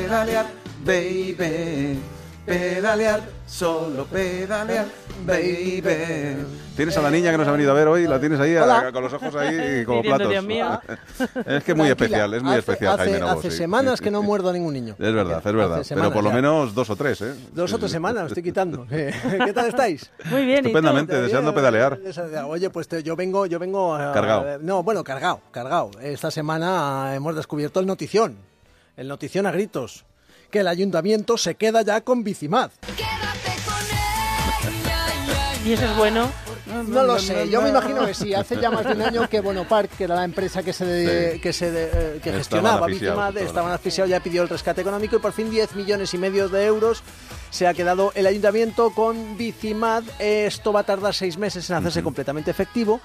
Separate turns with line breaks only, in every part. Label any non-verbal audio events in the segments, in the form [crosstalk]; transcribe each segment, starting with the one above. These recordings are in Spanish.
pedalear, baby. Pedalear, solo pedalear, baby. Tienes a la niña que nos ha venido a ver hoy, la tienes ahí a-
Hola.
con los ojos ahí como
Diciendo,
platos.
"Dios mío".
[laughs] es que muy
Tranquila,
especial, es muy
hace-
especial
Hace,
Jaime Nabo,
hace
sí.
semanas
[laughs]
que no muerdo a ningún niño.
Es verdad, es
Hace
verdad. Pero
semanas
por lo
ya.
menos dos o tres, ¿eh?
Dos o
[laughs]
tres semanas, estoy quitando. [laughs] ¿Qué tal estáis?
Muy bien, ¿y tú?
Estupendamente, deseando pedalear.
Oye, pues te- yo vengo, yo vengo. eh,
Cargao.
no, bueno, cargado, cargado. Esta semana hemos descubierto el notición, el notición a gritos, que el ayuntamiento se queda ya con Bicimad.
Quédate con él.
Y eso es bueno.
No lo sé, yo me imagino que sí. Hace ya más de un año que Bonopart, que era la empresa que se, de-
Sí.
que se de- eh, que
Estaban
gestionaba
asfixiados,
Bicimad,
estaban
estaban asfixiados, ya pidió el rescate económico y por fin 10 millones y medio de euros se ha quedado el ayuntamiento con Bicimad. Esto va a tardar seis meses en hacerse completamente efectivo.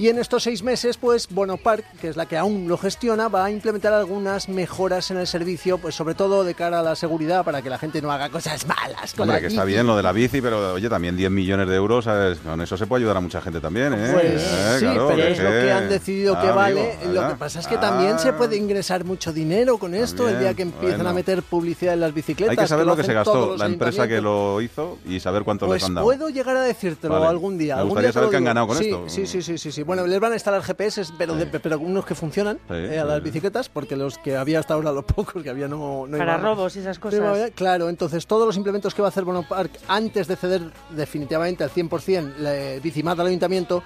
Y en estos seis meses, pues Bonopark, que es la que aún lo gestiona, va a implementar algunas mejoras en el servicio, pues sobre todo de cara a la seguridad, para que la gente no haga cosas malas. Con
Hombre,
la
que está
bici.
bien lo de la bici, pero oye, también 10 millones de euros, ¿sabes? con eso se puede ayudar a mucha gente también, ¿eh?
Pues
Eh,
sí,
claro,
pero
que
es lo que
sí.
han decidido que
Ah,
vale.
amigo,
lo
ah,
que pasa es que
ah.
también se puede ingresar mucho dinero con esto el día que
También,
empiezan a
bueno.
meter publicidad en las bicicletas.
Hay que saber lo que se
hacen
gastó
todos los
la empresa que
ayuntamientos.
lo hizo y saber cuánto
Pues
les han dado.
puedo llegar a decírtelo
Vale.
algún día.
Me
algún
gustaría
día te
saber
lo
qué han
digo.
ganado con
Sí,
esto.
Sí, sí, sí, sí, sí. Bueno, les van a instalar GPS, pero, de- pero unos que funcionan
Sí,
eh, a
sí.
las bicicletas, porque los que había hasta ahora, los pocos que había, no, no
Para
iban.
robos y esas
Sí, va
cosas.
bien, Claro, entonces todos los implementos que va a hacer Bonopark antes de ceder definitivamente al 100% la bicimada al ayuntamiento,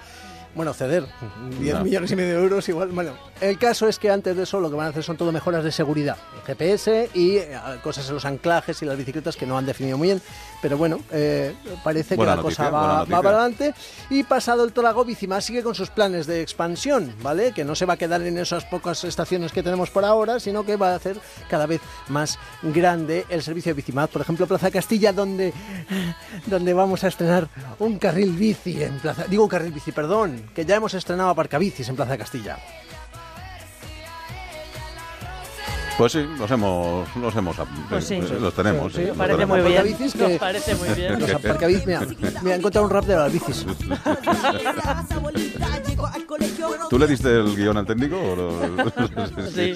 bueno, ceder 10
Ya.
millones y medio de euros igual, bueno. El caso es que antes de eso lo que van a hacer son todo mejoras de seguridad, GPS y eh, cosas en los anclajes y las bicicletas que no han definido muy bien, pero bueno, eh, parece
Buena
que la
noticia,
cosa
buena
va,
noticia.
va para adelante. Y pasado el trago, Bicimás sigue con sus planes de expansión, ¿vale? Que no se va a quedar en esas pocas estaciones que tenemos por ahora, sino que va a hacer cada vez más grande el servicio de Bicimás. Por ejemplo, Plaza Castilla, donde, [laughs] donde vamos a estrenar un carril bici en Plaza... Digo un carril bici, perdón, que ya hemos estrenado aparcabicis en Plaza Castilla.
Pues sí, los hemos, los hemos,
Pues sí.
los tenemos.
Sí, sí,
los
Parece
tenemos.
muy bien.
Portabicis que-
Nos parece muy
[laughs]
bien.
Los aparcabicis... Mira, mira, he encontrado un rap de las bicis.
¿Tú le diste el guión al técnico? o [laughs] no?
Sí.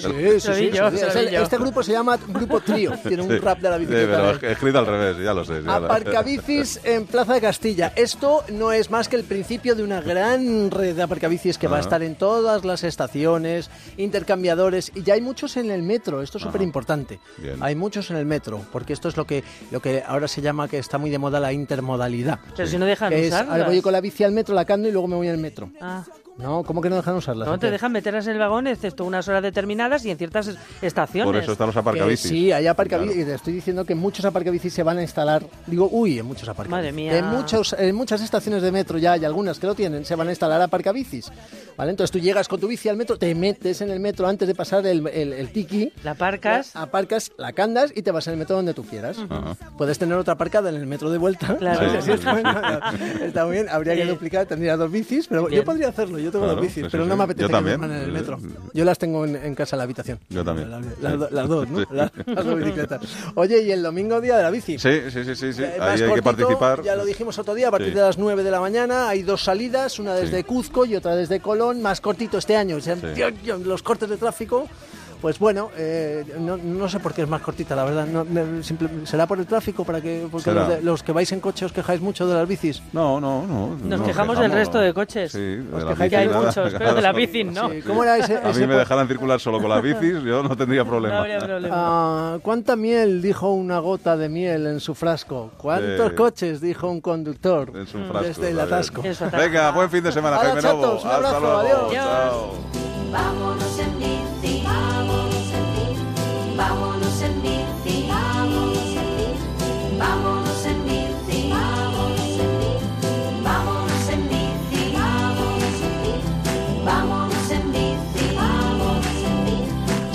Sí, sí,
sí.
sí,
Soy yo,
sí, sí. Es
soy
el-
yo.
Este grupo se llama Grupo Trío. Tiene un rap de la
Sí,
bicicleta. ¿eh?
pero
de-
es- escrito al revés, ya lo sé. ya lo-
Aparcabicis en Plaza de Castilla. Esto no es más que el principio de una gran red de aparcabicis que va a
Ajá.
estar en todas las estaciones, intercambiadores, y ya hay muchos en el metro. Esto es
Ajá.
súper importante.
Bien.
Hay muchos en el metro, porque esto es lo que, lo que ahora se llama que está muy de moda la intermodalidad.
Pero si no dejan
Que es,
usarlas.
ahora voy con la bici al metro, la cando y luego me voy al metro.
Ah.
No, ¿cómo que no dejan usarlas?
No, te
Ángel?
dejan meterlas en el vagón excepto unas horas determinadas y en ciertas es- estaciones.
Por eso están los
Que
aparcabicis.
sí, hay aparcabicis.
Claro.
Te estoy diciendo que muchos aparcabicis se van a instalar. Digo, uy, en muchos aparcabicis.
Madre mía.
En, muchos, en muchas estaciones de metro ya hay algunas que lo tienen. Se van a instalar aparcabicis. ¿Vale? Entonces tú llegas con tu bici al metro, te metes en el metro antes de pasar el, el- el tiki.
La parcas.
Aparcas, la candas y te vas en el metro donde tú quieras.
Ajá.
Puedes tener otra aparcada en el metro de vuelta. [laughs]
Claro.
¿sabes? Así
Sí.
es, bueno, está muy bien. Habría que
Sí.
duplicar, tendría dos bicis. Pero
Bien.
yo podría hacerlo, yo tengo
Claro,
dos bicis,
sí,
pero
sí,
no me
sí.
apetece
Yo
que
también.
me pongan en el metro.
Eh,
Yo las tengo en, en casa en la habitación.
Yo también.
Las, las do- las dos, ¿no?
Sí.
Las, las dos bicicletas. Oye, y el domingo día de la bici.
Sí, sí, sí, sí, sí.
Eh, más
Ahí hay que
cortito,
participar.
Ya lo dijimos otro día, a partir
Sí.
de las 9 de la mañana hay dos salidas, una desde
Sí.
Cuzco y otra desde Colón, más cortito este año. O sea,
Sí.
Dios, Dios, los cortes de tráfico, pues bueno, eh, no, no sé por qué es más cortita, la verdad. No, me- simple- ¿Será por el tráfico? para que Porque
Será.
los, de- los que vais en coche os quejáis mucho de las bicis.
No, no, no.
Nos
no
quejamos del resto de coches.
Sí, de
Nos
la
quejáis
bici,
que hay
nada,
muchos,
[laughs]
pero de la
claro.
bici no.
Sí, ¿Cómo era ese,
A
ese
mí me
po-
dejaran circular solo con las bicis, yo no tendría
No
problema.
habría problema.
Ah, ¿Cuánta miel dijo una gota de miel en su frasco? ¿Cuántos
Sí.
coches dijo un conductor
Es un frasco,
desde Este, el
¿sabes?
atasco?
Eso, atasco.
Venga, buen fin de semana,
Hola,
Jaime Novo.
chatos, un
Hasta
abrazo,
luego.
adiós.
Chao.
Vámonos en bici, vámonos en bici, vámonos en bici, vámonos en bici, vámonos en bici, vámonos en bici, vámonos en bici, vámonos en bici, vámonos en bici, vámonos en bici.